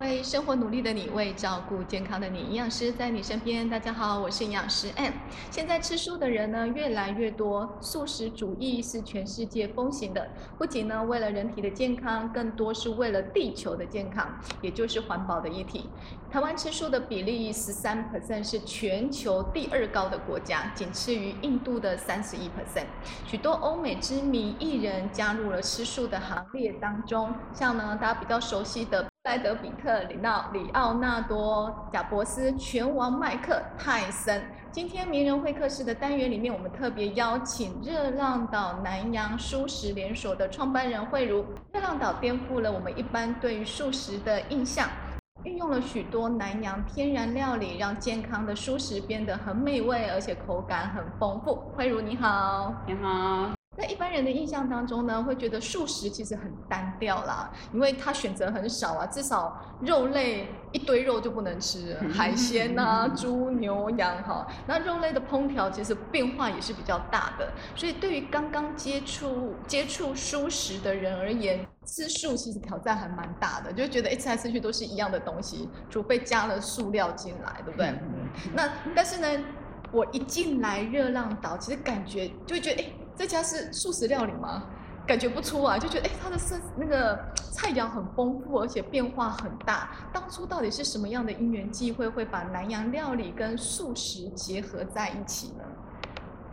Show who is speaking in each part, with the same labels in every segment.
Speaker 1: 为生活努力的你，为照顾健康的你，营养师在你身边。大家好，我是营养师 M。现在吃素的人呢越来越多，素食主义是全世界风行的。不仅呢为了人体的健康，更多是为了地球的健康，也就是环保的议题。台湾吃素的比例十三 percent 是全球第二高的国家，仅次于印度的三十一 percent。许多欧美知名艺人加入了吃素的行列当中，像呢大家比较熟悉的。布莱德比特、里奥、里奥纳多、贾伯斯、拳王麦克、泰森。今天名人会客室的单元里面，我们特别邀请热浪岛南洋素食连锁的创办人慧茹。热浪岛颠覆了我们一般对于素食的印象。运用了许多南洋天然料理，让健康的蔬食变得很美味，而且口感很丰富。慧茹你好，
Speaker 2: 你好。
Speaker 1: 在一般人的印象当中呢，会觉得素食其实很单调啦，因为它选择很少啊，至少肉类一堆肉就不能吃了，海鲜呐、猪、牛、羊哈。那肉类的烹调其实变化也是比较大的，所以对于刚刚接触接触素食的人而言，吃素其实挑战还蛮大的，就觉得一吃来吃去都是一样的东西，除非加了塑料进来，对不
Speaker 2: 嗯
Speaker 1: 对？那但是呢，我一进来热浪岛，其实感觉就会觉得，哎、这家是素食料理吗？感觉不出啊，就觉得，哎、它的色那个菜肴很丰富，而且变化很大。当初到底是什么样的因缘际会，会把南洋料理跟素食结合在一起呢？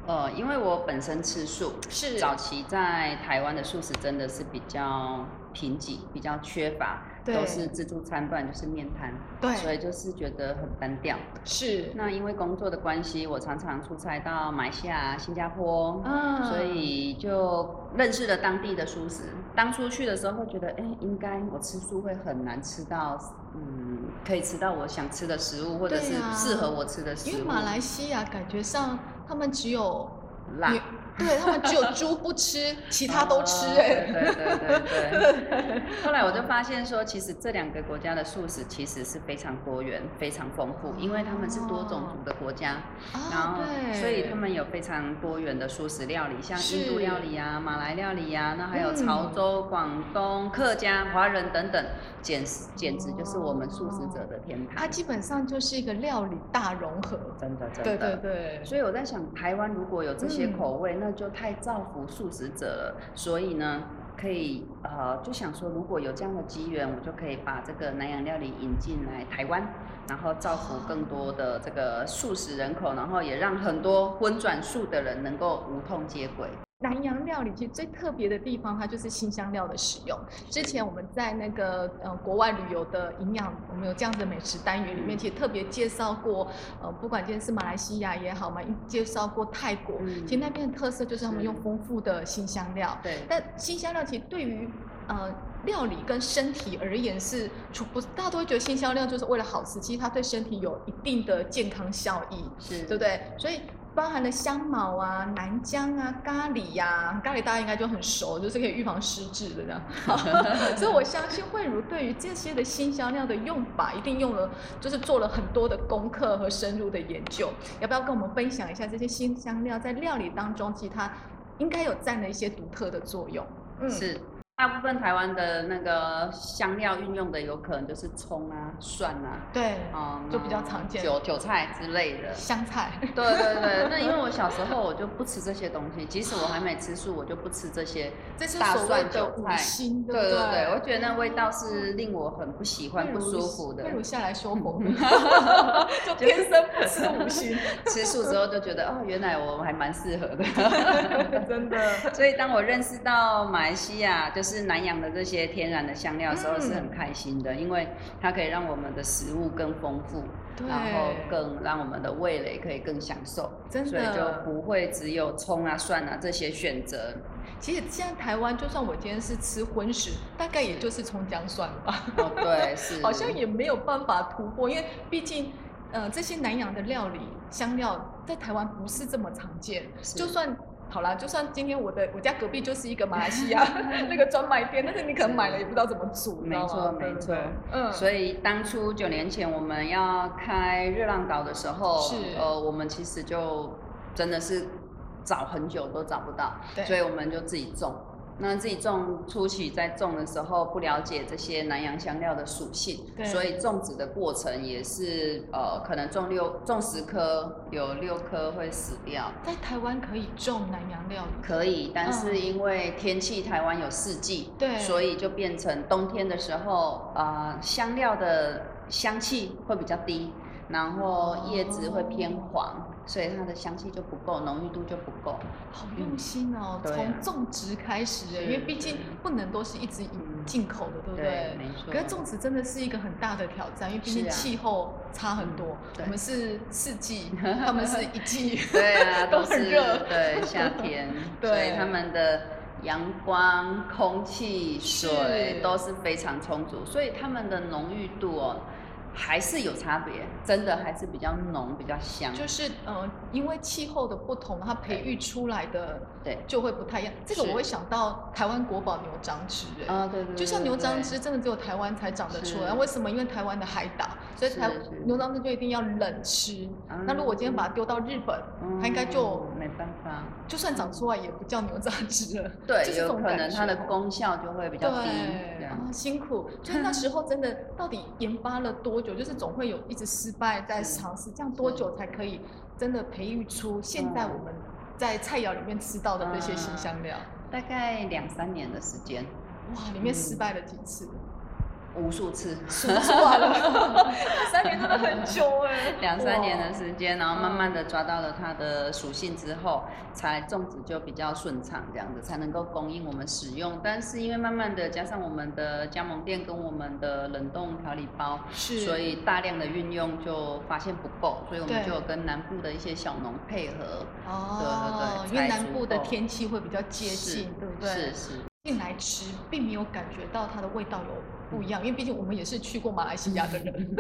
Speaker 2: 呃，因为我本身吃素，
Speaker 1: 是
Speaker 2: 早期在台湾的素食真的是比较贫瘠，比较缺乏，
Speaker 1: 对
Speaker 2: 都是自助餐，不然就是面摊，
Speaker 1: 对
Speaker 2: 所以就是觉得很单调。
Speaker 1: 是，
Speaker 2: 那因为工作的关系，我常常出差到马来西亚、新加坡，
Speaker 1: 嗯
Speaker 2: 所以就认识了当地的素食。当初去的时候会觉得，哎、应该我吃素会很难吃到，嗯，可以吃到我想吃的食物，或者是
Speaker 1: 对啊
Speaker 2: 适合我吃的食
Speaker 1: 因
Speaker 2: 物。
Speaker 1: 为马来西亚感觉上他们只有
Speaker 2: 辣
Speaker 1: 牛，对他们只有猪不吃，其他都 吃、
Speaker 2: 哦
Speaker 1: 哎、
Speaker 2: 对对对对对。 后来我就发现说，其实这两个国家的素食其实是非常多元、非常丰富，因为他们是多种族的国家，然
Speaker 1: 啊，
Speaker 2: 后
Speaker 1: 哦对，
Speaker 2: 所以他们有非常多元的素食料理，像
Speaker 1: 是
Speaker 2: 印度料理啊、马来料理啊，那还有
Speaker 1: 嗯
Speaker 2: 潮州、广东、客家、华人等等，简直简直就是我们素食者的天
Speaker 1: 它
Speaker 2: 堂。
Speaker 1: 基本上就是一个料理大融合。
Speaker 2: 真的真的。
Speaker 1: 对对对，
Speaker 2: 所以我在想，台湾如果有这
Speaker 1: 嗯
Speaker 2: 些口味，那就太造福素食者了。所以呢，可以呃，就想说，如果有这样的机缘，我就可以把这个南洋料理引进来台湾，然后造福更多的这个素食人口，然后也让很多荤转素的人能够无痛接轨。
Speaker 1: 南洋料理其实最特别的地方，它就是新香料的使用。之前我们在那个呃国外旅游的营养，我们有这样的美食单元里
Speaker 2: 嗯
Speaker 1: 面，其实特别介绍过，呃，不管今天是马来西亚也好嘛，介绍过泰国，
Speaker 2: 嗯
Speaker 1: 其实那边的特色就是他们
Speaker 2: 是
Speaker 1: 用丰富的新香料。
Speaker 2: 对，
Speaker 1: 但新香料其实对于呃料理跟身体而言是除不，大家都会觉得新香料就是为了好吃，其实它对身体有一定的健康效益。
Speaker 2: 是
Speaker 1: 对不对？所以包含了香茅啊、南姜啊、咖喱呀、咖喱大家应该就很熟，就是可以预防失智的这样。所以我相信慧茹对于这些的新香料的用法，一定用了就是做了很多的功课和深入的研究。要不要跟我们分享一下这些新香料在料理当中，其实它应该有占了一些独特的作用？嗯，
Speaker 2: 是。大部分台湾的那个香料运用的，有可能就是葱啊、蒜啊，
Speaker 1: 对，
Speaker 2: 嗯，
Speaker 1: 就比较常见
Speaker 2: 韭韭菜之类的。
Speaker 1: 香菜。
Speaker 2: 对对 对，那因为我小时候我就不吃这些东西，即使我还没吃素，我就不吃这些
Speaker 1: 这是
Speaker 2: 大
Speaker 1: 所谓
Speaker 2: 蒜、
Speaker 1: 的
Speaker 2: 韭
Speaker 1: 五
Speaker 2: 菜。
Speaker 1: 星，
Speaker 2: 对
Speaker 1: 不
Speaker 2: 对
Speaker 1: 对
Speaker 2: 对，我觉得那味道是令我很不喜欢、
Speaker 1: 慧
Speaker 2: 不
Speaker 1: 茹
Speaker 2: 舒服的
Speaker 1: 慧。茹下来说我们，就天生不吃五 星，
Speaker 2: 吃素之后就觉得哦，原来我还蛮适合 的。
Speaker 1: 真的。
Speaker 2: 所以当我认识到马来西亚就是南洋的这些天然的香料的时候，
Speaker 1: 嗯
Speaker 2: 是很开心的，因为它可以让我们的食物更丰富，
Speaker 1: 对
Speaker 2: 然后更让我们的味蕾可以更享受，
Speaker 1: 真的
Speaker 2: 所以就不会只有葱啊、蒜啊这些选择。
Speaker 1: 其实现在台湾，就算我今天是吃荤食，大概也就是葱姜蒜吧，
Speaker 2: 哦，对，是，
Speaker 1: 好像也没有办法突破，因为毕竟，呃，这些南洋的料理香料在台湾不是这么常见，
Speaker 2: 是
Speaker 1: 就算。好啦，就算今天我的我家隔壁就是一个马来西 亚那个专卖店，但是你可能买了也不知道怎么煮，你知
Speaker 2: 没
Speaker 1: 道
Speaker 2: 错
Speaker 1: 吗
Speaker 2: 没错，
Speaker 1: 嗯，
Speaker 2: 所以当初九年前我们要开热浪岛的时候，
Speaker 1: 是
Speaker 2: 呃，我们其实就真的是找很久都找不到，
Speaker 1: 对
Speaker 2: 所以我们就自己种。那自己种初期在种的时候不了解这些南洋香料的属性
Speaker 1: 对，
Speaker 2: 所以种植的过程也是呃，可能种六种十颗，有六颗会死掉。
Speaker 1: 在台湾可以种南洋料理，
Speaker 2: 可以，但
Speaker 1: 嗯
Speaker 2: 是因为天气台湾有四季，
Speaker 1: 对
Speaker 2: 所以就变成冬天的时候，呃，香料的香气会比较低，然后叶子会偏黄，所以它的香气就不够，浓郁度就不够。
Speaker 1: 好用心哦，
Speaker 2: 嗯对啊
Speaker 1: 从种植开始，
Speaker 2: 是
Speaker 1: 因为毕竟
Speaker 2: 是
Speaker 1: 不能都是一直
Speaker 2: 嗯
Speaker 1: 进口的，对不对？
Speaker 2: 没错。
Speaker 1: 可是种植真的是一个很大的挑战，因为毕竟
Speaker 2: 是啊嗯
Speaker 1: 气候差很多，
Speaker 2: 对
Speaker 1: 我们是四 季，他们是一季，
Speaker 2: 对啊，
Speaker 1: 都
Speaker 2: 都
Speaker 1: 很
Speaker 2: 是
Speaker 1: 热
Speaker 2: 对夏天，
Speaker 1: 对
Speaker 2: 所以他们的阳光、空气、水
Speaker 1: 是
Speaker 2: 都是非常充足，所以他们的浓郁度哦还是有差别，真的还是比较浓、比较香。
Speaker 1: 就是呃，因为气候的不同，它培育出来的
Speaker 2: 对，
Speaker 1: 就会不太一样。这个
Speaker 2: 是
Speaker 1: 我会想到台湾国宝牛樟芝，哎、
Speaker 2: 啊，对对对，
Speaker 1: 就像
Speaker 2: 对
Speaker 1: 牛樟
Speaker 2: 对
Speaker 1: 芝，真的只有台湾才长得出来。
Speaker 2: 是
Speaker 1: 为什么？因为台湾的海岛，所以
Speaker 2: 是
Speaker 1: 台
Speaker 2: 是
Speaker 1: 牛樟芝就一定要冷吃。
Speaker 2: 啊
Speaker 1: 那如果今天把它丢到日本，它应该就
Speaker 2: 嗯没办法，
Speaker 1: 就算长出来也不叫牛樟芝了。
Speaker 2: 对
Speaker 1: 就是，这
Speaker 2: 有
Speaker 1: 种
Speaker 2: 可
Speaker 1: 感
Speaker 2: 能它
Speaker 1: 觉
Speaker 2: 的功效就会比较低，这
Speaker 1: 对，
Speaker 2: 样
Speaker 1: 啊， 辛苦。所以那时候真的到底研发了多久？就是总会有一直失败在
Speaker 2: 是
Speaker 1: 尝试，这样多
Speaker 2: 是
Speaker 1: 久才可以真的培育出现在我
Speaker 2: 嗯
Speaker 1: 们在菜肴里面吃到的这些新香料？
Speaker 2: 大概两三年的时间，
Speaker 1: 哇，里面失
Speaker 2: 嗯
Speaker 1: 败了几次，
Speaker 2: 无数 次，
Speaker 1: 数错了，三年真的很久 哎、
Speaker 2: 两三年
Speaker 1: 哇
Speaker 2: 的时间，然后慢慢的抓到了它的属性之后，才种植就比较顺畅，这样子才能够供应我们使用。但是因为慢慢的加上我们的加盟店跟我们的冷冻调理包，
Speaker 1: 是，
Speaker 2: 所以大量的运用就发现不够，所以我
Speaker 1: 对
Speaker 2: 们就有跟南部的一些小农配合，
Speaker 1: 哦，
Speaker 2: 对对对
Speaker 1: 因为
Speaker 2: 才
Speaker 1: 南
Speaker 2: 足
Speaker 1: 部的
Speaker 2: 够
Speaker 1: 天气会比较接
Speaker 2: 是
Speaker 1: 近，对不对？
Speaker 2: 是是，
Speaker 1: 进来吃，并没有感觉到它的味道有不一样，因为毕竟我们也是去过马来西亚的 人，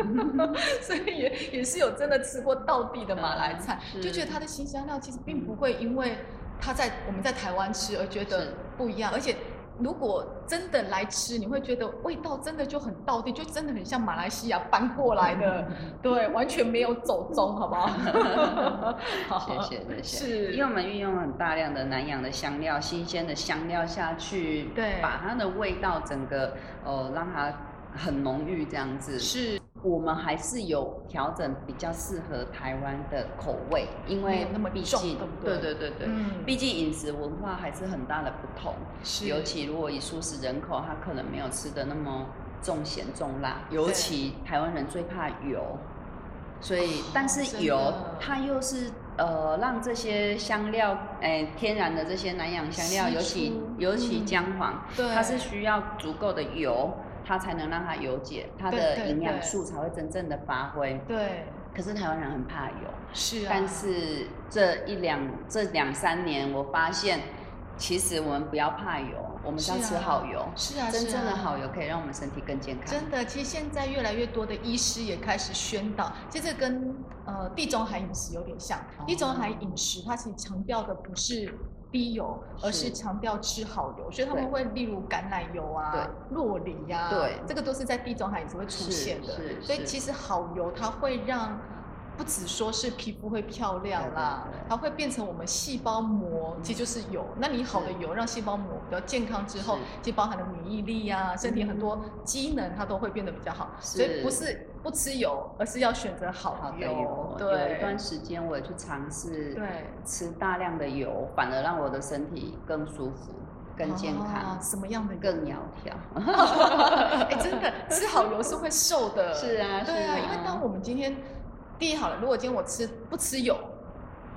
Speaker 1: 所以也也是有真的吃过道地的马来菜，
Speaker 2: 嗯
Speaker 1: 就是觉得它的新香料其实并不会因为它在我们在台湾吃而觉得
Speaker 2: 是
Speaker 1: 不一样，而且。如果真的来吃，你会觉得味道真的就很道地，就真的很像马来西亚搬过来的，
Speaker 2: 嗯
Speaker 1: 对，完全没有走中，好不 好？
Speaker 2: 谢谢 谢谢。
Speaker 1: 是，
Speaker 2: 因为我们运用很大量的南洋的香料、新鲜的香料下去，
Speaker 1: 对
Speaker 2: 把它的味道整个呃让它很浓郁这样子。
Speaker 1: 是
Speaker 2: 我们还是有调整比较适合台湾的口味，因
Speaker 1: 没
Speaker 2: 为
Speaker 1: 有那么
Speaker 2: 毕
Speaker 1: 重
Speaker 2: 竟
Speaker 1: 对不对
Speaker 2: 对对对对，
Speaker 1: 嗯
Speaker 2: 毕竟饮食文化还是很大的不同。
Speaker 1: 是，
Speaker 2: 尤其如果以素食人口，他可能没有吃的那么重咸重辣，尤
Speaker 1: 对
Speaker 2: 其台湾人最怕油，所以、
Speaker 1: 哦
Speaker 2: 但
Speaker 1: 真
Speaker 2: 是油
Speaker 1: 的
Speaker 2: 它又是呃让这些香料，哎、天然的这些南洋香
Speaker 1: 吸
Speaker 2: 料，尤其
Speaker 1: 出
Speaker 2: 尤其
Speaker 1: 嗯
Speaker 2: 姜黄，
Speaker 1: 对
Speaker 2: 它是需要足够的油，它才能让它油解，它
Speaker 1: 对
Speaker 2: 的
Speaker 1: 对
Speaker 2: 营
Speaker 1: 对
Speaker 2: 养素才会真正的发挥。
Speaker 1: 对，
Speaker 2: 可是台湾人很怕油，
Speaker 1: 是啊，
Speaker 2: 但是这一两这两三年，我发现其实我们不要怕油，我们是要
Speaker 1: 是啊
Speaker 2: 吃好油。
Speaker 1: 是啊，
Speaker 2: 真
Speaker 1: 是
Speaker 2: 正的
Speaker 1: 啊
Speaker 2: 好油可以让我们身体更健康。
Speaker 1: 真的，其实现在越来越多的医师也开始宣导，其实这跟呃地中海饮食有点像。
Speaker 2: 哦
Speaker 1: 地中海饮食它其实强调的不是低油，而是
Speaker 2: 是
Speaker 1: 强调吃好油，所以他们
Speaker 2: 对
Speaker 1: 会例如橄榄油啊、洛梨呀、
Speaker 2: 对
Speaker 1: 这个都是在地中海饮食会出
Speaker 2: 是
Speaker 1: 现的。
Speaker 2: 是
Speaker 1: 所以
Speaker 2: 是
Speaker 1: 其实好油它会让。不只说是皮肤会漂亮啦
Speaker 2: 对对对，
Speaker 1: 它会变成我们细胞膜，其实就是油。那你好的
Speaker 2: 是
Speaker 1: 油让细胞膜比较健康之后
Speaker 2: 是，
Speaker 1: 其实包含了免疫力啊，身体很多机能它都会变得比较好，所以
Speaker 2: 是
Speaker 1: 不是不吃油，而是要选择
Speaker 2: 好
Speaker 1: 好
Speaker 2: 的
Speaker 1: 油
Speaker 2: 油。，有
Speaker 1: 对，
Speaker 2: 一段时间我也去尝试
Speaker 1: 对
Speaker 2: 吃大量的油，反而让我的身体更舒服、更健
Speaker 1: 哦
Speaker 2: 康、
Speaker 1: 什么样的油
Speaker 2: 更窈窕。
Speaker 1: 哎，真 的吃好油是会瘦的。
Speaker 2: 是啊
Speaker 1: 对啊，
Speaker 2: 是啊
Speaker 1: 因为当我们今天第一好了，如果今天我吃不吃油，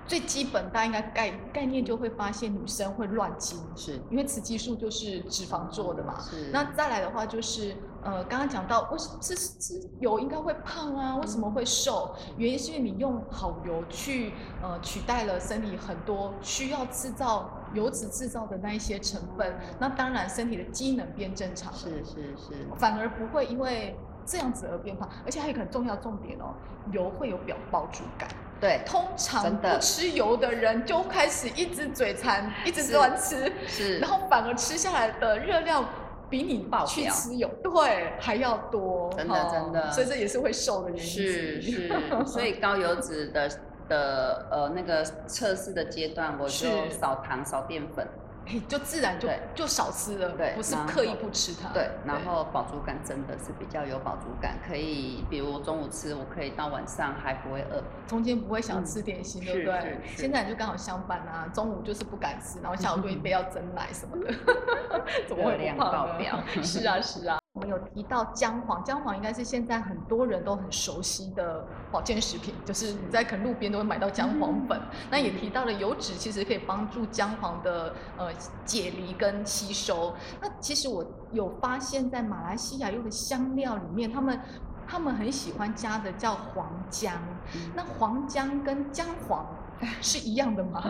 Speaker 1: 最基本大家应该概概念就会发现女生会乱经，
Speaker 2: 是
Speaker 1: 因为雌激素就是脂肪做的嘛。
Speaker 2: 是
Speaker 1: 那再来的话就是，呃，刚刚讲到为什么吃吃油应该会胖啊？为什么会瘦？原因是因为你用好油去呃取代了身体很多需要制造油脂制造的那一些成分，那当然身体的机能变正常了，
Speaker 2: 是是是，
Speaker 1: 反而不会因为这样子而变胖。而且还有一个很重要的重点哦，油会有表饱足感。
Speaker 2: 对，
Speaker 1: 通常
Speaker 2: 真
Speaker 1: 不
Speaker 2: 的
Speaker 1: 吃油的人就开始一直嘴馋，一直
Speaker 2: 是
Speaker 1: 乱吃，
Speaker 2: 是
Speaker 1: 然后反而吃下来的热量比你
Speaker 2: 爆
Speaker 1: 去
Speaker 2: 表
Speaker 1: 吃有对还要多，
Speaker 2: 真的
Speaker 1: 哦
Speaker 2: 真的
Speaker 1: 所以这也是会瘦的原因之
Speaker 2: 是
Speaker 1: 一。
Speaker 2: 是，所以高油脂的的呃那个测试的阶段，我就是少糖少淀粉，
Speaker 1: 嘿 就自然就
Speaker 2: 对
Speaker 1: 就少吃了，
Speaker 2: 对
Speaker 1: 不是
Speaker 2: 然后
Speaker 1: 刻意不吃它。
Speaker 2: 对，然后饱足感真的是比较有饱足感，可以比如我中午吃，我可以到晚上还不会饿。
Speaker 1: 中间不会想吃点心，对不对？
Speaker 2: 嗯是是是
Speaker 1: 现在就刚好相反啊，中午就是不敢吃，然后下午就 非要蒸奶什么的， 怎么会
Speaker 2: 热量
Speaker 1: 不胖呢
Speaker 2: 爆表
Speaker 1: 是啊，是啊。我们有提到姜黄，姜黄应该是现在很多人都很熟悉的保健食品，就是你在可能路边都会买到姜黄粉。那也提到了油脂其实可以帮助姜黄的呃解离跟吸收。那其实我有发现，在马来西亚用的香料里面，他们他们很喜欢加的叫黄姜。那黄姜跟姜 黄是一样的吗？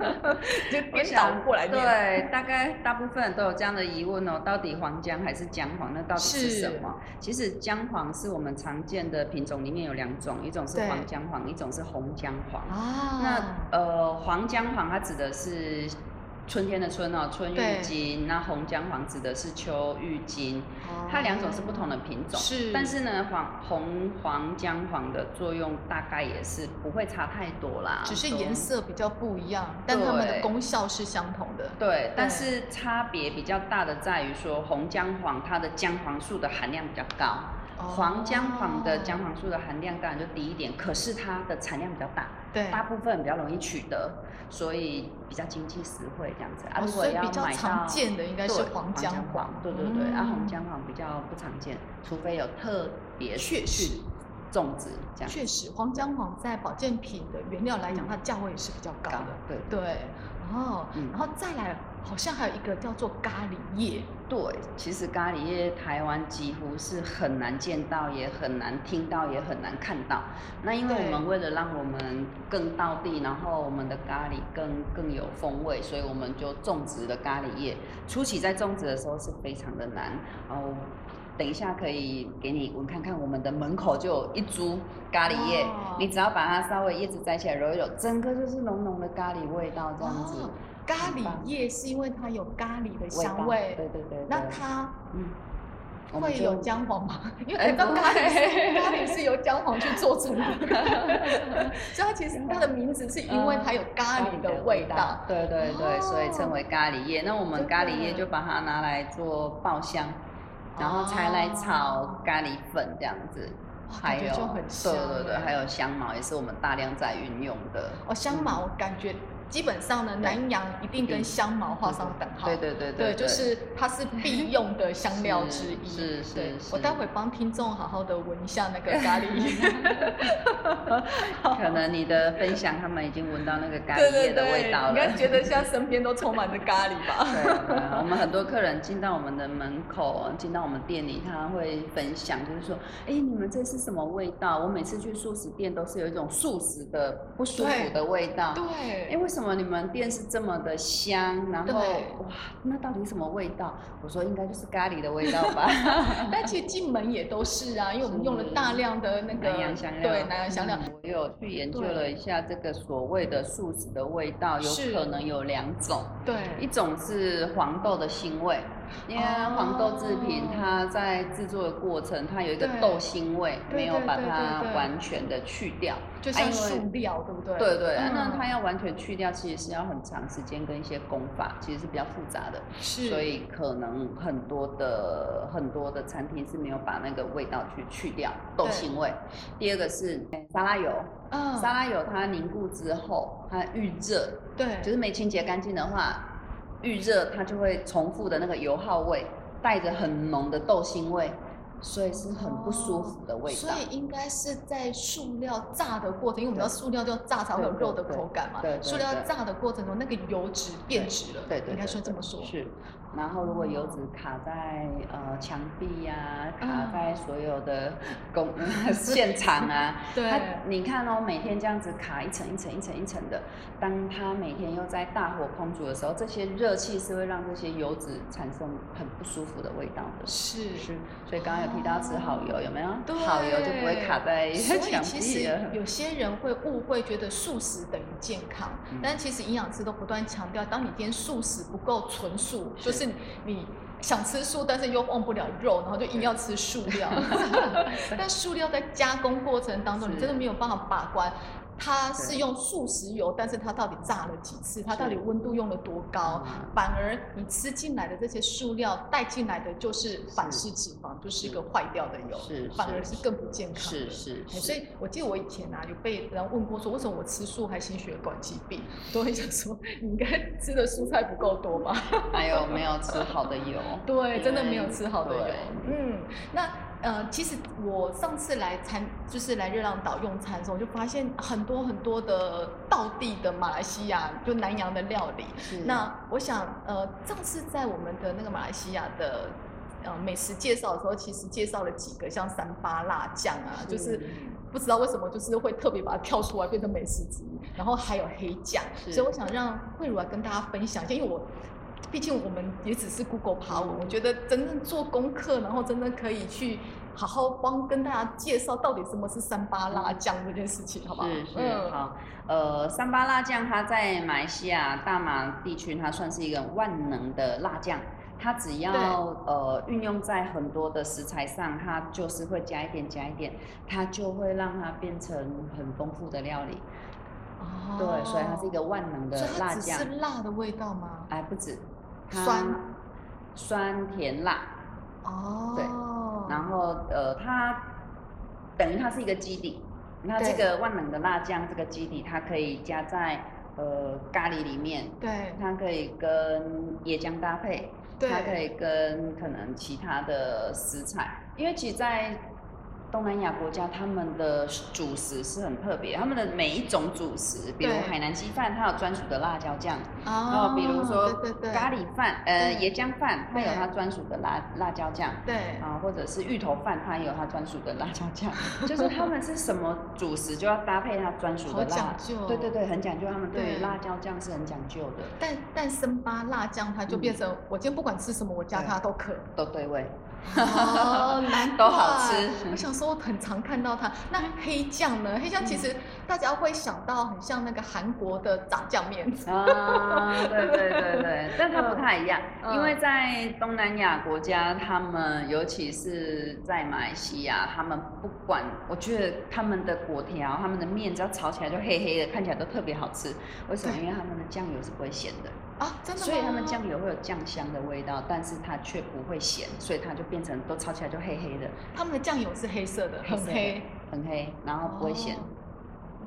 Speaker 1: 就
Speaker 2: 我
Speaker 1: 颠倒
Speaker 2: 想
Speaker 1: 过来念。
Speaker 2: 对，大概大部分人都有这样的疑问哦，到底黄姜还是姜黄？那到底是
Speaker 1: 是
Speaker 2: 什么？其实姜黄是我们常见的品种里面有两种，一种是
Speaker 1: 对
Speaker 2: 黄姜黄，一种是红姜黄。
Speaker 1: 啊，
Speaker 2: 那呃，黄姜黄它指的是春天的春哦，春
Speaker 1: 对哦
Speaker 2: 郁金。那红姜黄指的是秋郁金，它两种是不同的品种。
Speaker 1: 是
Speaker 2: 但是呢，黄红黄姜黄的作用大概也是不会差太多啦，
Speaker 1: 只是
Speaker 2: 说
Speaker 1: 颜色比较不一样，但它们的
Speaker 2: 对
Speaker 1: 功效是相同的。
Speaker 2: 对，但
Speaker 1: 对
Speaker 2: 是差别比较大的在于说，红姜黄它的姜黄素的含量比较高，黄姜黄的姜
Speaker 1: 哦
Speaker 2: 黄素的含量当然就低一点，可是它的产量比较大，
Speaker 1: 对
Speaker 2: 大部分比较容易取得，所以比较经济实惠这样子啊。
Speaker 1: 哦
Speaker 2: 如果
Speaker 1: 所以
Speaker 2: 要
Speaker 1: 比较
Speaker 2: 买
Speaker 1: 常
Speaker 2: 到。
Speaker 1: 见的应该是
Speaker 2: 对
Speaker 1: 黄姜黄，
Speaker 2: 对对对，啊，
Speaker 1: 嗯
Speaker 2: 红姜黄比较不常见，除非有特别
Speaker 1: 确
Speaker 2: 去
Speaker 1: 实
Speaker 2: 种植这样
Speaker 1: 确实，黄姜黄在保健品的原料来讲，
Speaker 2: 嗯
Speaker 1: 它价位也是比较高
Speaker 2: 搞
Speaker 1: 的。
Speaker 2: 对
Speaker 1: 对，哦，
Speaker 2: 嗯
Speaker 1: 然后再来，好像还有一个叫做咖喱叶，
Speaker 2: 对，其实咖喱叶台湾几乎是很难见到，也很难听到，也很难看到。那因为
Speaker 1: 对
Speaker 2: 我们为了让我们更到地，然后我们的咖喱更更有风味，所以我们就种植了咖喱叶。初期在种植的时候是非常的难哦。等一下可以给你闻看看，我们的门口就有一株咖喱叶，
Speaker 1: 哦
Speaker 2: 你只要把它稍微叶子摘起来揉一揉，整个就是浓浓的咖喱味道这样子，
Speaker 1: 哦咖
Speaker 2: 很
Speaker 1: 喱
Speaker 2: 棒
Speaker 1: 叶是因为它有咖喱的
Speaker 2: 味
Speaker 1: 香
Speaker 2: 道
Speaker 1: 味，
Speaker 2: 对对对对。
Speaker 1: 那它
Speaker 2: 嗯，我们
Speaker 1: 会
Speaker 2: 就
Speaker 1: 有姜黄 吗？因为
Speaker 2: 哎
Speaker 1: 我知道
Speaker 2: 不
Speaker 1: 咖喱是
Speaker 2: 会
Speaker 1: 咖喱是由姜黄去做成 的，所以它其实它的名字是因为它有咖喱的味道。
Speaker 2: 对对对，
Speaker 1: 哦
Speaker 2: 所以称为咖喱叶。那我
Speaker 1: 真
Speaker 2: 们
Speaker 1: 的
Speaker 2: 咖喱叶就把它拿来做爆香，然后才来
Speaker 1: 哦
Speaker 2: 炒咖喱粉这样子。
Speaker 1: 哇
Speaker 2: 还
Speaker 1: 哦感觉
Speaker 2: 有，
Speaker 1: 就很香
Speaker 2: 对对对，
Speaker 1: 哎
Speaker 2: 还有香茅也是我们大量在运用的。
Speaker 1: 哦，香茅
Speaker 2: 嗯
Speaker 1: 感觉基本上呢，南洋一定跟香茅画上等号。
Speaker 2: 对对对
Speaker 1: 对，
Speaker 2: 对，
Speaker 1: 就是它是必用的香料之一。
Speaker 2: 是是是
Speaker 1: 对
Speaker 2: 是
Speaker 1: 我待会帮听众好好的闻一下那 个咖喱叶。
Speaker 2: 可能你的分享，他们已经闻到那个咖
Speaker 1: 对
Speaker 2: 喱
Speaker 1: 对
Speaker 2: 叶的
Speaker 1: 对，
Speaker 2: 味
Speaker 1: 你
Speaker 2: 道了。
Speaker 1: 应该觉得现在身边都充满着咖喱吧？
Speaker 2: 对对，啊我们很多客人进到我们的门口，进到我们店里，他会分享，就是说，哎，你们这是什么味道？我每次去素食店都是有一种素食的不舒服的味道。哎，
Speaker 1: 对，
Speaker 2: 为什么你们店是这么的香？然后
Speaker 1: 对
Speaker 2: 哇，那到底什么味道？我说应该就是咖喱的味 道吧。
Speaker 1: 但其实进门也都是啊，因为我们用了大量的那个
Speaker 2: 南洋香料，
Speaker 1: 对南洋香料，
Speaker 2: 嗯我有去研究了一下这个所谓的素食的味道，有
Speaker 1: 是
Speaker 2: 可能有两种。嗯
Speaker 1: 对，
Speaker 2: 一种是黄豆的腥味，因为
Speaker 1: 哦
Speaker 2: 黄豆制品它在制作的过程，它有一个
Speaker 1: 对
Speaker 2: 豆腥味，
Speaker 1: 对
Speaker 2: 没有
Speaker 1: 对
Speaker 2: 把
Speaker 1: 对
Speaker 2: 它
Speaker 1: 对对
Speaker 2: 完全的去掉。
Speaker 1: 就
Speaker 2: 啊
Speaker 1: 像
Speaker 2: 因为
Speaker 1: 塑料，对不对？
Speaker 2: 对对，啊那
Speaker 1: 嗯
Speaker 2: 它要完全去掉，其实是要很长时间跟一些功法，其实是比较复杂的，
Speaker 1: 是，
Speaker 2: 所以可能很多的很多的餐厅是没有把那个味道去去掉豆
Speaker 1: 对
Speaker 2: 腥味。第二个是哎沙拉油，
Speaker 1: 嗯，
Speaker 2: 沙拉油它凝固之后，它预热，
Speaker 1: 对，
Speaker 2: 就是没清洁干净的话，预热它就会重复的那个油耗味，带着很浓的豆腥味，所以是很不舒服的味道。
Speaker 1: 所以应该是在塑料炸的过程，因为我们知道塑料就要炸才会有肉的口感嘛
Speaker 2: 对对。对对
Speaker 1: 塑料炸的过程中，那个油脂变质了，
Speaker 2: 对对对
Speaker 1: 应该说这么说。
Speaker 2: 是，然后如果油脂卡在呃墙壁呀、
Speaker 1: 啊
Speaker 2: 卡在所有的工、 现场啊，
Speaker 1: 对
Speaker 2: 它你看哦，每天这样子卡一层一层一层一层的，当它每天又在大火烹煮的时候，这些热气是会让这些油脂产生很不舒服的味道的。
Speaker 1: 是
Speaker 2: 是，所以刚刚有提到吃好油，有没有？
Speaker 1: 对
Speaker 2: 好油就不会卡在
Speaker 1: 所以
Speaker 2: 墙
Speaker 1: 其
Speaker 2: 壁
Speaker 1: 实
Speaker 2: 了。
Speaker 1: 有些人会误会，觉得素食等于健康，
Speaker 2: 嗯
Speaker 1: 但其实营养师都不断强调，当你今天素食不够纯素，
Speaker 2: 是
Speaker 1: 就是你想吃素，但是又忘不了肉，然后就硬要吃 塑料。但塑料在加工过程当中，你
Speaker 2: 是
Speaker 1: 真的没有办法把关。它
Speaker 2: 对
Speaker 1: 是用素食油，但是它到底炸了几次？它
Speaker 2: 是
Speaker 1: 到底温度用了多高？
Speaker 2: 嗯
Speaker 1: 反而你吃进来的这些塑料带进来的就是反式脂肪，就是一个坏掉的油，
Speaker 2: 是是
Speaker 1: 反而是更不健康的。
Speaker 2: 是是
Speaker 1: 哎
Speaker 2: 是，
Speaker 1: 所以我记得我以前啊有被人问过说，为什么我吃素还心血管疾病？都会想说，你应该 吃的蔬菜不够多吧？
Speaker 2: 还有没有吃好的油？
Speaker 1: 对，真的没有
Speaker 2: 对
Speaker 1: 吃好的油
Speaker 2: 对。
Speaker 1: 嗯，那呃，其实我上次来餐，就是来热浪岛用餐的时候，我就发现很多很多的道地的马来西亚，就南洋的料理。
Speaker 2: 是
Speaker 1: 那我想，呃，上次在我们的那个马来西亚的。呃，美食介绍的时候，其实介绍了几个像三八辣酱啊，就是
Speaker 2: 是
Speaker 1: 不知道为什么，就是会特别把它跳出来变成美食之一。然后还有黑酱，
Speaker 2: 是
Speaker 1: 所以我想让慧茹来跟大家分享一下，因为我毕竟我们也只是 Google 爬
Speaker 2: 嗯
Speaker 1: 文，我觉得真正做功课，然后真的可以去好好帮跟大家介绍到底什么是三八辣酱这件事情，好不好？
Speaker 2: 嗯是是
Speaker 1: 嗯，
Speaker 2: 好，呃，三八辣酱它在马来西亚大马地区，它算是一个万能的辣酱。它只要
Speaker 1: 对
Speaker 2: 呃运用在很多的食材上，它就是会加一点加一点，它就会让它变成很丰富的料理。
Speaker 1: 哦
Speaker 2: 对，所以它是一个万能
Speaker 1: 所
Speaker 2: 的
Speaker 1: 以它
Speaker 2: 辣
Speaker 1: 只
Speaker 2: 酱。
Speaker 1: 是辣的味道吗？
Speaker 2: 哎，不止，它
Speaker 1: 酸、
Speaker 2: 酸、甜、辣，
Speaker 1: 哦，
Speaker 2: 对然后呃，它等于它是一个基底，那这
Speaker 1: 对
Speaker 2: 个万能的辣酱这个基底，它可以加在呃咖喱里面，
Speaker 1: 对
Speaker 2: 它可以跟椰浆搭配，它可
Speaker 1: 对哦
Speaker 2: 以跟可能其他的食材，因为其实，在东南亚国家，他们的主食是很特别，他们的每一种主食，比如
Speaker 1: 对
Speaker 2: 海南鸡饭，它有专属的辣椒酱，然
Speaker 1: 哦
Speaker 2: 后比如说
Speaker 1: 对对对
Speaker 2: 咖喱饭，呃，
Speaker 1: 对
Speaker 2: 椰浆饭，它有
Speaker 1: 对
Speaker 2: 它专属的辣辣椒酱，
Speaker 1: 对
Speaker 2: 啊，或者是芋头饭，它也有它专属的辣椒 酱，就是他们是什么主食就要搭配它专属
Speaker 1: 好
Speaker 2: 的
Speaker 1: 讲
Speaker 2: 辣，
Speaker 1: 究哦
Speaker 2: 对对对，很讲究，他们对
Speaker 1: 对
Speaker 2: 于辣椒酱是很讲究的，
Speaker 1: 但但生八辣酱它就
Speaker 2: 嗯
Speaker 1: 变成、我今天不管吃什么，我加它都 可。
Speaker 2: 都对味。
Speaker 1: 哦，难
Speaker 2: 都好
Speaker 1: 怪
Speaker 2: 吃
Speaker 1: 我想说，我很常看到它。那黑酱呢？黑酱其
Speaker 2: 嗯
Speaker 1: 实大家会想到很像那个韩国的炸酱面。
Speaker 2: 啊，对对对对，但它不太一样，
Speaker 1: 嗯
Speaker 2: 因为在东南亚国家，他们尤其是在马来西亚，他们不管，我觉得他们的果条、他们的面，只要炒起来就黑黑的，看起来都特别好吃。为什么？
Speaker 1: 对
Speaker 2: 因为他们的酱油是不会咸的，
Speaker 1: 啊，真的吗？
Speaker 2: 嗯所以他们酱油会有酱香的味道，但是它却不会咸，所以它就变成都炒起来就黑黑的，
Speaker 1: 他们的酱油是黑色的，很
Speaker 2: 色的
Speaker 1: 黑。，
Speaker 2: 很黑，然后不会咸。
Speaker 1: 哦。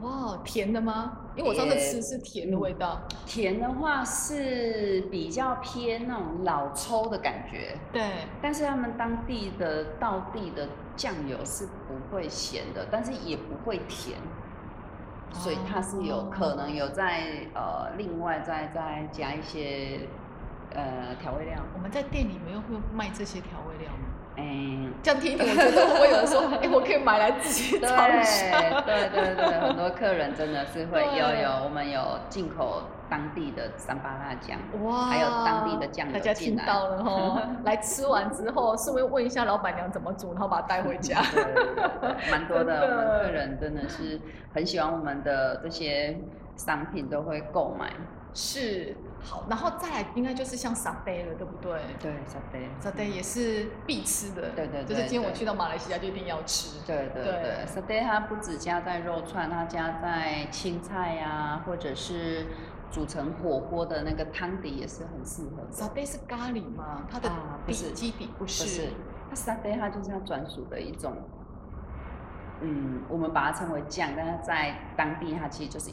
Speaker 1: 哇，甜的吗？因为我上次
Speaker 2: 也
Speaker 1: 吃是甜的味道。
Speaker 2: 甜的话是比较偏那种老抽的感觉，
Speaker 1: 对，
Speaker 2: 但是他们当地的道地的酱油是不会咸的，但是也不会甜，所以它是
Speaker 1: 哦
Speaker 2: 有可能有在呃另外再再加一些呃调味料，
Speaker 1: 我们在店里面会卖这些调味料吗？
Speaker 2: 嗯、
Speaker 1: 这样听一听，我觉得会不会有人 说，哎、我可以买来自己
Speaker 2: 对
Speaker 1: 炒一下？
Speaker 2: 对对对，很多客人真的是会
Speaker 1: 对
Speaker 2: 有有，我们有进口当地的三八辣酱，
Speaker 1: 哇，
Speaker 2: 还有当地的酱油
Speaker 1: 大家
Speaker 2: 进
Speaker 1: 听
Speaker 2: 来
Speaker 1: 到了 哦，来吃完之后，顺便问一下老板娘怎么煮，然后把它带 回家。
Speaker 2: 对对对蛮多的。
Speaker 1: 真的
Speaker 2: 我们客人真的是很喜欢我们的这些商品，都会购买。
Speaker 1: 是，好，然后再来应该就是像沙爹了，对不对？
Speaker 2: 对，沙爹，
Speaker 1: 沙爹也是必吃的，
Speaker 2: 对对对
Speaker 1: 就是今天我
Speaker 2: 对
Speaker 1: 去到马来西亚就一定要吃。
Speaker 2: 对对
Speaker 1: 对
Speaker 2: 对，沙爹它不只加在肉串，它加在青菜呀、或者是煮成火锅的那个汤底也是很适合的。
Speaker 1: 沙爹是咖喱吗？它的
Speaker 2: 啊不
Speaker 1: 底
Speaker 2: 是
Speaker 1: 基底不
Speaker 2: 不是，它沙爹它就是它专属的一种，嗯，我们把它称为酱，但是在当地它其实就是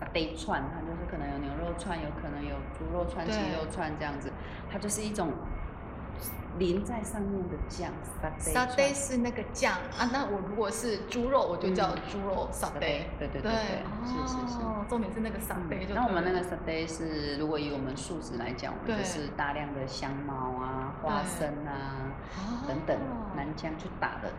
Speaker 2: 沙爹串，它就是可能有牛肉串，有可能有猪肉串、鸡
Speaker 1: 对
Speaker 2: 肉串这样子，它就是一种淋在上面的酱，沙爹
Speaker 1: 沙
Speaker 2: 串
Speaker 1: 爹是那个酱啊，那我如果是猪肉，我就叫
Speaker 2: 嗯
Speaker 1: 猪肉沙爹。
Speaker 2: 对对对
Speaker 1: 对，
Speaker 2: 是是是。
Speaker 1: 哦，重点是那个沙爹
Speaker 2: 嗯
Speaker 1: 就。
Speaker 2: 那我们那个 s a d a y 是，如果以我们素食来讲，我
Speaker 1: 对
Speaker 2: 们就是大量的香茅啊、花
Speaker 1: 对
Speaker 2: 生啊等等
Speaker 1: 哦
Speaker 2: 南姜去打的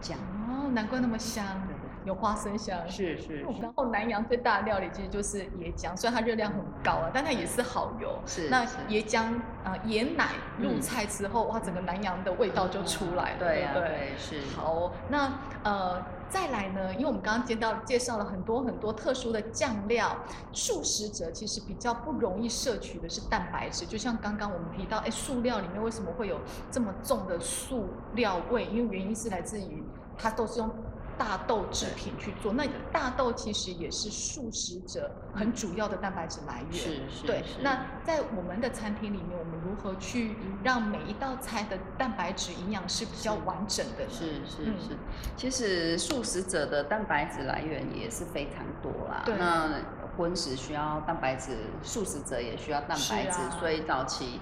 Speaker 2: 酱。
Speaker 1: 哦，难怪那么香
Speaker 2: 对，对
Speaker 1: 有花生香。
Speaker 2: 是是
Speaker 1: 然后南洋最大的料理其实就是椰浆，虽然它热量很高啊，但它也是好油。
Speaker 2: 是
Speaker 1: 那
Speaker 2: 是
Speaker 1: 椰浆啊、呃椰奶入
Speaker 2: 嗯
Speaker 1: 菜之后，哇，整个南洋的味道就出来了，
Speaker 2: 对
Speaker 1: 不
Speaker 2: 啊
Speaker 1: 对？
Speaker 2: 对是
Speaker 1: 好哦、那呃，再来呢，因为我们刚刚接到介绍了很多很多特殊的酱料，素食者其实比较不容易摄取的是蛋白质，就像刚刚我们提到，哎，塑料里面为什么会有这么重的塑料味？因为原因是来自于它都是用大豆制品去做。那个大豆其实也是素食者很主要的蛋白质来源。
Speaker 2: 是是
Speaker 1: 对
Speaker 2: 是，嗯
Speaker 1: 那在我们的餐厅里面，我们如何去让每一道菜的蛋白质营养是比较
Speaker 2: 是
Speaker 1: 完整的呢？
Speaker 2: 是是
Speaker 1: 嗯
Speaker 2: 是，其实素食者的蛋白质来源也是非常多啦
Speaker 1: 对。
Speaker 2: 那荤食需要蛋白质，素食者也需要蛋白质，
Speaker 1: 是啊
Speaker 2: 所以早期。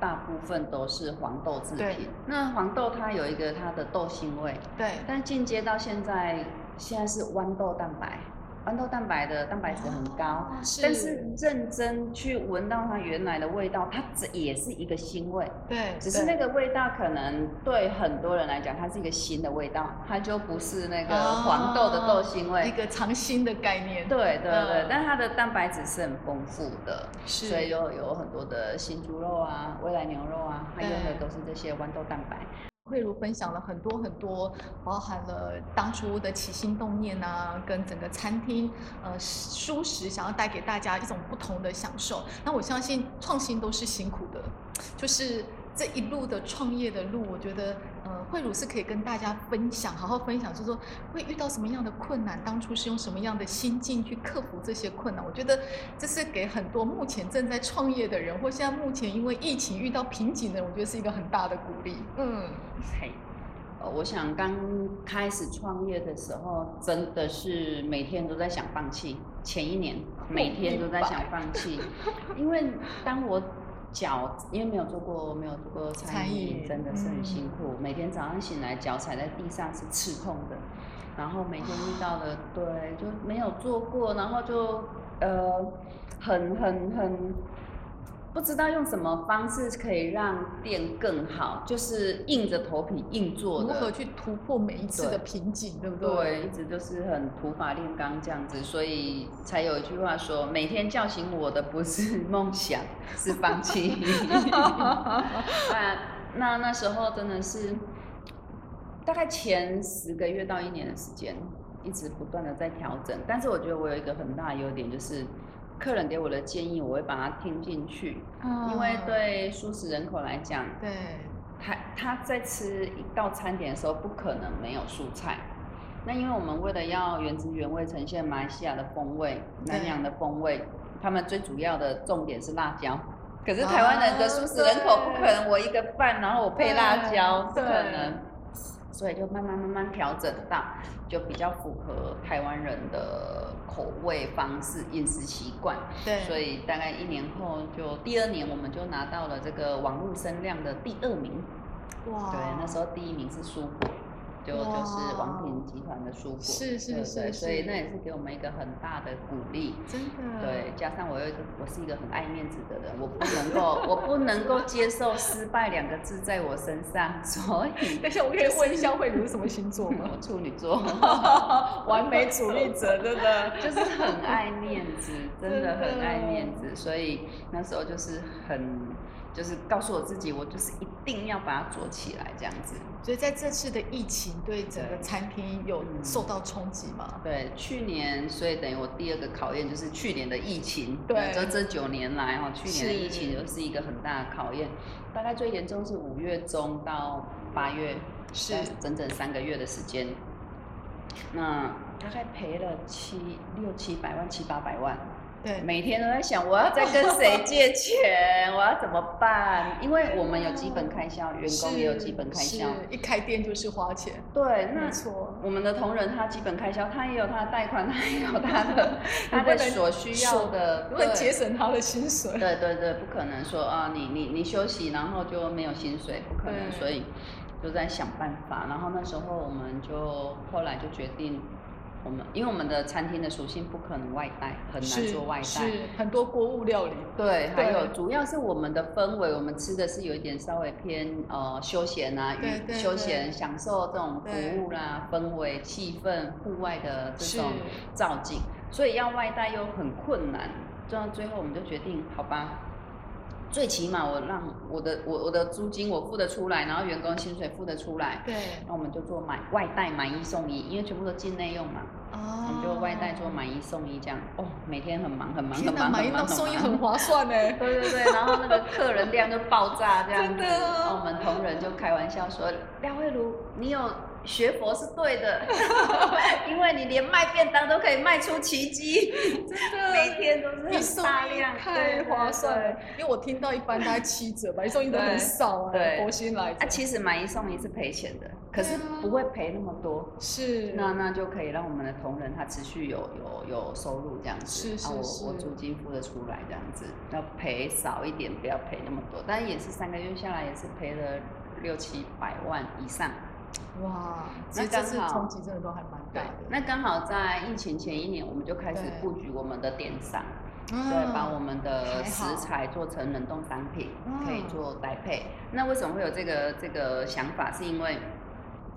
Speaker 2: 大部分都是黄豆制
Speaker 1: 对
Speaker 2: 品。那黄豆它有一个它的豆腥味，
Speaker 1: 对，
Speaker 2: 但进阶到现在，现在是豌豆蛋白，豌豆蛋白的蛋白质很高，
Speaker 1: 哦
Speaker 2: 但是认真去闻到它原来的味道，它这也是一个腥味。
Speaker 1: 对，
Speaker 2: 只是
Speaker 1: 对
Speaker 2: 那个味道可能对很多人来讲，它是一个新的味道，它就不是那个
Speaker 1: 哦
Speaker 2: 黄豆的豆腥味。
Speaker 1: 一个尝新的概念，
Speaker 2: 对对对
Speaker 1: 嗯，
Speaker 2: 但它的蛋白质是很丰富的，
Speaker 1: 是，
Speaker 2: 所以有有很多的新猪肉啊、未来牛肉啊，它用的
Speaker 1: 对
Speaker 2: 都是这些豌豆蛋白。
Speaker 1: 慧茹分享了很多很多，包含了当初的起心动念啊，跟整个餐厅呃舒适想要带给大家一种不同的享受。那我相信创新都是辛苦的，就是这一路的创业的路，我觉得呃慧茹是可以跟大家分享，好好分享，就是说会遇到什么样的困难，当初是用什么样的心境去克服这些困难。我觉得这是给很多目前正在创业的人，或现在目前因为疫情遇到瓶颈的人，我觉得是一个很大的鼓励。嗯。
Speaker 2: 嘿，呃，我想刚开始创业的时候，真的是每天都在想放弃。前一年每天都在想放弃，因为当我脚因为没有做过没有做过餐
Speaker 1: 餐
Speaker 2: 饮
Speaker 1: 饮，
Speaker 2: 真的是很
Speaker 1: 嗯
Speaker 2: 辛苦。每天早上醒来，脚踩在地上是刺痛的，然后每天遇到的对就没有做过，然后就呃很很很不知道用什么方式可以让店更好，就是硬着头皮硬做
Speaker 1: 如
Speaker 2: 的。
Speaker 1: 何去突破每一次的瓶颈，对不
Speaker 2: 对，一直就是很土法炼钢这样子，所以才有一句话说，每天叫醒我的不是梦想，是放弃。 那那那时候真的是大概前十个月到一年的时间，一直不断的在调整。但是我觉得我有一个很大的优点，就是客人给我的建议，我会把它听进去，
Speaker 1: 嗯
Speaker 2: 因为对素食人口来讲，
Speaker 1: 对
Speaker 2: 他他在吃一道餐点的时候，不可能没有蔬菜。那因为我们为了要原汁原味呈现马来西亚的风味、
Speaker 1: 对
Speaker 2: 南洋的风味，他们最主要的重点是辣椒。可是台湾人的素食人口
Speaker 1: 哦啊对
Speaker 2: 不可能，我一个饭然后我配辣椒，不
Speaker 1: 对
Speaker 2: 可能。所以就慢慢慢慢调整到，就比较符合台湾人的口味方式、饮食习惯。
Speaker 1: 对，
Speaker 2: 所以大概一年后就第二年，我们就拿到了这个网络声量的第二名。
Speaker 1: 哇，
Speaker 2: 对，那时候第一名是蔬果，就就是王品集团的蔬果。
Speaker 1: 是是
Speaker 2: 对
Speaker 1: 是
Speaker 2: 对所以
Speaker 1: 是
Speaker 2: 那也是给我们一个很大的鼓励。
Speaker 1: 真的
Speaker 2: 对，加上我有一个，我是一个很爱面子的人，我不能 够，我不能够接受失败两个字在我身上，所以
Speaker 1: 等一下，我可以问一下慧茹是什么星座吗
Speaker 2: 我？处女座。
Speaker 1: 完美主义者，真的
Speaker 2: 就是很爱面 子，真的
Speaker 1: 真
Speaker 2: 很
Speaker 1: 的
Speaker 2: 爱面子，所以那时候就是很，就是告诉我自己，我就是一定要把它做起来，这样子。
Speaker 1: 所以在这次的疫情，对整个
Speaker 2: 对
Speaker 1: 餐厅有
Speaker 2: 嗯
Speaker 1: 受到冲击吗？
Speaker 2: 对，去年，所以等于我第二个考验就是去年的疫情，
Speaker 1: 对
Speaker 2: 就这九年来哈，去年的疫情
Speaker 1: 是
Speaker 2: 就是一个很大的考验，大概最严重是五月中到八月，
Speaker 1: 是
Speaker 2: 大概整整三个月的时间，那大概赔了七六七百万七八百万，
Speaker 1: 对，
Speaker 2: 每天都在想我要再跟谁借 钱，我要怎么办？因为我们有基本开销，员工也有基本开销，
Speaker 1: 是一开店就是花钱，
Speaker 2: 对，那
Speaker 1: 没错，
Speaker 2: 我们的同仁他基本开销，他也有他的贷款，他也有他的 他的所需要的，
Speaker 1: 如果
Speaker 2: 对
Speaker 1: 节省他的薪水，
Speaker 2: 对对对，不可能说啊，你你你休息，然后就没有薪水，不可能，
Speaker 1: 对
Speaker 2: 所以就在想办法。然后那时候我们就后来就决定，我们因为我们的餐厅的属性不可能外带，很难
Speaker 1: 是
Speaker 2: 做外带。
Speaker 1: 是很多锅物料理，
Speaker 2: 对，还有
Speaker 1: 对
Speaker 2: 主要是我们的氛围，我们吃的是有一点稍微偏呃休闲啊，
Speaker 1: 对
Speaker 2: 与
Speaker 1: 对
Speaker 2: 休
Speaker 1: 对
Speaker 2: 闲享受这种
Speaker 1: 对
Speaker 2: 服务啦、氛围、气氛、户外的这
Speaker 1: 是
Speaker 2: 种造景，所以要外带又很困难。这样最后我们就决定，好吧，最起码我让我的我我的租金我付得出来，然后员工薪水付得出来，
Speaker 1: 对，
Speaker 2: 那我们就做买外带买一送一，因为全部都境内用嘛。
Speaker 1: 哦，
Speaker 2: 我们就外带做买一送一这样，哦，每天很忙很忙
Speaker 1: 天
Speaker 2: 很
Speaker 1: 哪，
Speaker 2: 忙
Speaker 1: 买
Speaker 2: 很
Speaker 1: 一
Speaker 2: 忙
Speaker 1: 送送
Speaker 2: 很忙
Speaker 1: 一很划算欸呢。
Speaker 2: 对对 对，然后那个客人量就爆炸这样子。
Speaker 1: 真
Speaker 2: 哦
Speaker 1: 的
Speaker 2: 然后我们同仁就开玩笑说：“廖慧茹，你有学佛是对 的，因为你连卖便当都可以卖出奇迹，
Speaker 1: 真的
Speaker 2: 每天都是
Speaker 1: 一送
Speaker 2: 很大
Speaker 1: 一
Speaker 2: 量，
Speaker 1: 太
Speaker 2: 对
Speaker 1: 划算了。，因为我听到一般大概七折吧，一送一都很少啊，
Speaker 2: 对
Speaker 1: 佛心来
Speaker 2: 对对啊，
Speaker 1: 着。
Speaker 2: 其实买一送一是赔钱的，可是
Speaker 1: 对啊
Speaker 2: 不会赔那么多。
Speaker 1: 是
Speaker 2: 那那就可以让我们的同仁他持续有有有收入这样子，
Speaker 1: 是是
Speaker 2: 啊
Speaker 1: 是
Speaker 2: 我我租金付得出来这样子，要赔少一点，不要赔那么多，但也是三个月下来也是赔了六七百万以上。
Speaker 1: 哇，
Speaker 2: 那
Speaker 1: 那这次
Speaker 2: 刚好
Speaker 1: 冲击真的都还蛮大
Speaker 2: 对
Speaker 1: 的。，
Speaker 2: 那刚好在疫情前一年，我们就开始
Speaker 1: 对
Speaker 2: 布局我们的电商，
Speaker 1: 啊
Speaker 2: 对，把我们的
Speaker 1: 还好
Speaker 2: 食材做成冷冻商品，可以
Speaker 1: 嗯
Speaker 2: 做搭配。那为什么会有这个这个想法？是因为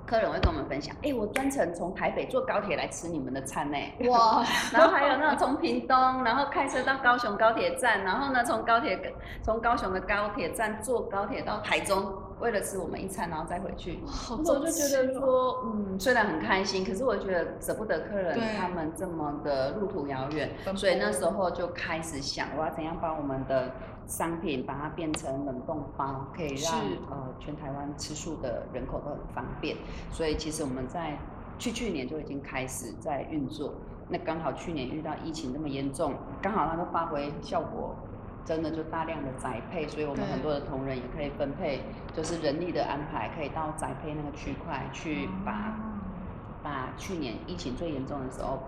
Speaker 2: 客人会跟我们分享，哎、我专程从台北坐高铁来吃你们的餐呢、
Speaker 1: 哇，
Speaker 2: 然后还有那种从屏东，然后开车到高雄高铁站，然后呢从高铁从高雄的高铁站坐高铁到台中，为了吃我们一餐，然后再回去。
Speaker 1: 哇
Speaker 2: 我
Speaker 1: 好
Speaker 2: 就觉得
Speaker 1: 重视哦
Speaker 2: 说，嗯，虽然很开心，可是我觉得舍不得客人
Speaker 1: 对
Speaker 2: 他们这么的路途遥远，
Speaker 1: 奔波
Speaker 2: 所以那时候就开始想，我要怎样把我们的商品把它变成冷冻包，可以让
Speaker 1: 是
Speaker 2: 呃全台湾吃素的人口都很方便。所以其实我们在去去年就已经开始在运作，那刚好去年遇到疫情这么严重，刚好它就发挥效果。真的就大量的宅配，所以我们
Speaker 1: 对
Speaker 2: 很多的同仁也可以分配，就是人力的安排，可以到宅配那个区块
Speaker 1: 哦
Speaker 2: 去把、把去年疫情最严重的时候，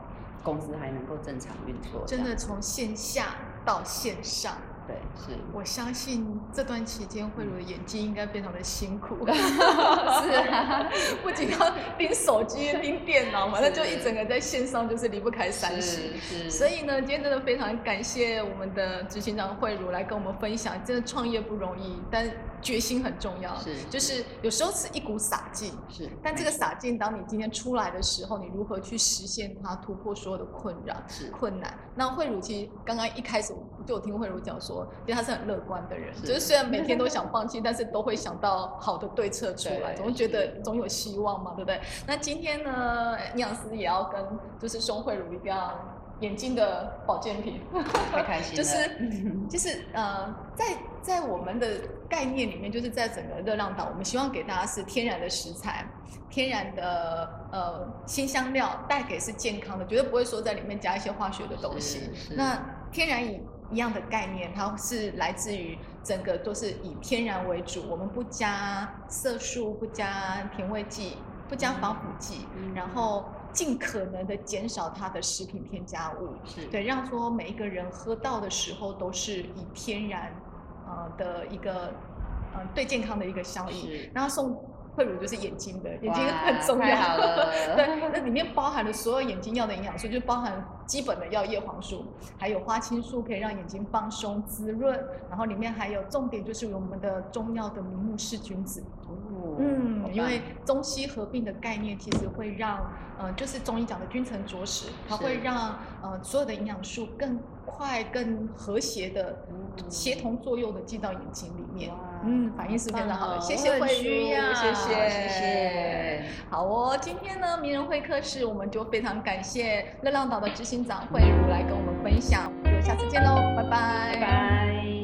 Speaker 2: 公司还能够正常运作这
Speaker 1: 真
Speaker 2: 样。
Speaker 1: 的从线下到线上，
Speaker 2: 对，是
Speaker 1: 我相信这段期间慧茹的眼睛应该非常的辛 苦，
Speaker 2: 是啊，
Speaker 1: 不仅要盯手机、盯电脑嘛，那
Speaker 2: 是
Speaker 1: 就一整个在线上就是离不开三十。
Speaker 2: 是，
Speaker 1: 所以呢，今天真的非常感谢我们的执行长慧茹来跟我们分享，真的创业不容易，但决心很重要。
Speaker 2: 是
Speaker 1: 就是有时候是一股傻劲，
Speaker 2: 是，
Speaker 1: 但这个
Speaker 2: 没错
Speaker 1: 傻劲，当你今天出来的时候，你如何去实现它，突破所有的困扰？
Speaker 2: 是
Speaker 1: 困难。那慧茹其实刚刚一开始我就有听慧茹讲说，其实她是很乐观的人，
Speaker 2: 是
Speaker 1: 就是虽然每天都想放弃，但是都会想到好的对策出来，
Speaker 2: 对
Speaker 1: 总会觉得总有希望嘛，对不对？那今天呢，营养师也要跟就是宋慧茹一样，眼睛的保健品，
Speaker 2: 太开心
Speaker 1: 就
Speaker 2: 了，
Speaker 1: 是
Speaker 2: 嗯
Speaker 1: 就是呃，在在我们的概念里面，就是在整个热浪岛，我们希望给大家是天然的食材，天然的呃新香料，带给是健康的，绝对不会说在里面加一些化学的东西
Speaker 2: 是。是
Speaker 1: 那天然饮一样的概念，它是来自于整个都是以天然为主，我们不加色素，不加甜味剂，不加防腐剂，
Speaker 2: 嗯
Speaker 1: 然后尽可能的减少它的食品添加物。
Speaker 2: 是
Speaker 1: 对，让说每一个人喝到的时候都是以天然呃的一个呃对健康的一个效益
Speaker 2: 是。
Speaker 1: 然后宋慧茹就是眼睛的，眼睛
Speaker 2: 哇
Speaker 1: 很重
Speaker 2: 太
Speaker 1: 要。
Speaker 2: 好了
Speaker 1: 对，那里面包含了所有眼睛要的营养素，就包含基本的药叶黄素，还有花青素可以让眼睛放松滋润，然后里面还有重点就是我们的中药的明目氏菌子。
Speaker 2: 哦好
Speaker 1: 嗯，因
Speaker 2: 棒
Speaker 1: 为中西合并的概念其实会让，呃，就是中医讲的君臣佐使，它
Speaker 2: 是
Speaker 1: 会让呃所有的营养素更快、更和谐的
Speaker 2: 嗯
Speaker 1: 协同作用的进到眼睛里面
Speaker 2: 哇。
Speaker 1: 嗯，反应是非常好的，谢谢慧茹，谢
Speaker 2: 啊谢
Speaker 1: 谢，
Speaker 2: 谢谢。
Speaker 1: 好哦，今天呢，名人会客室我们就非常感谢热浪岛的执行长慧茹来跟我们分享，我们就下次见喽，拜拜
Speaker 2: 拜拜。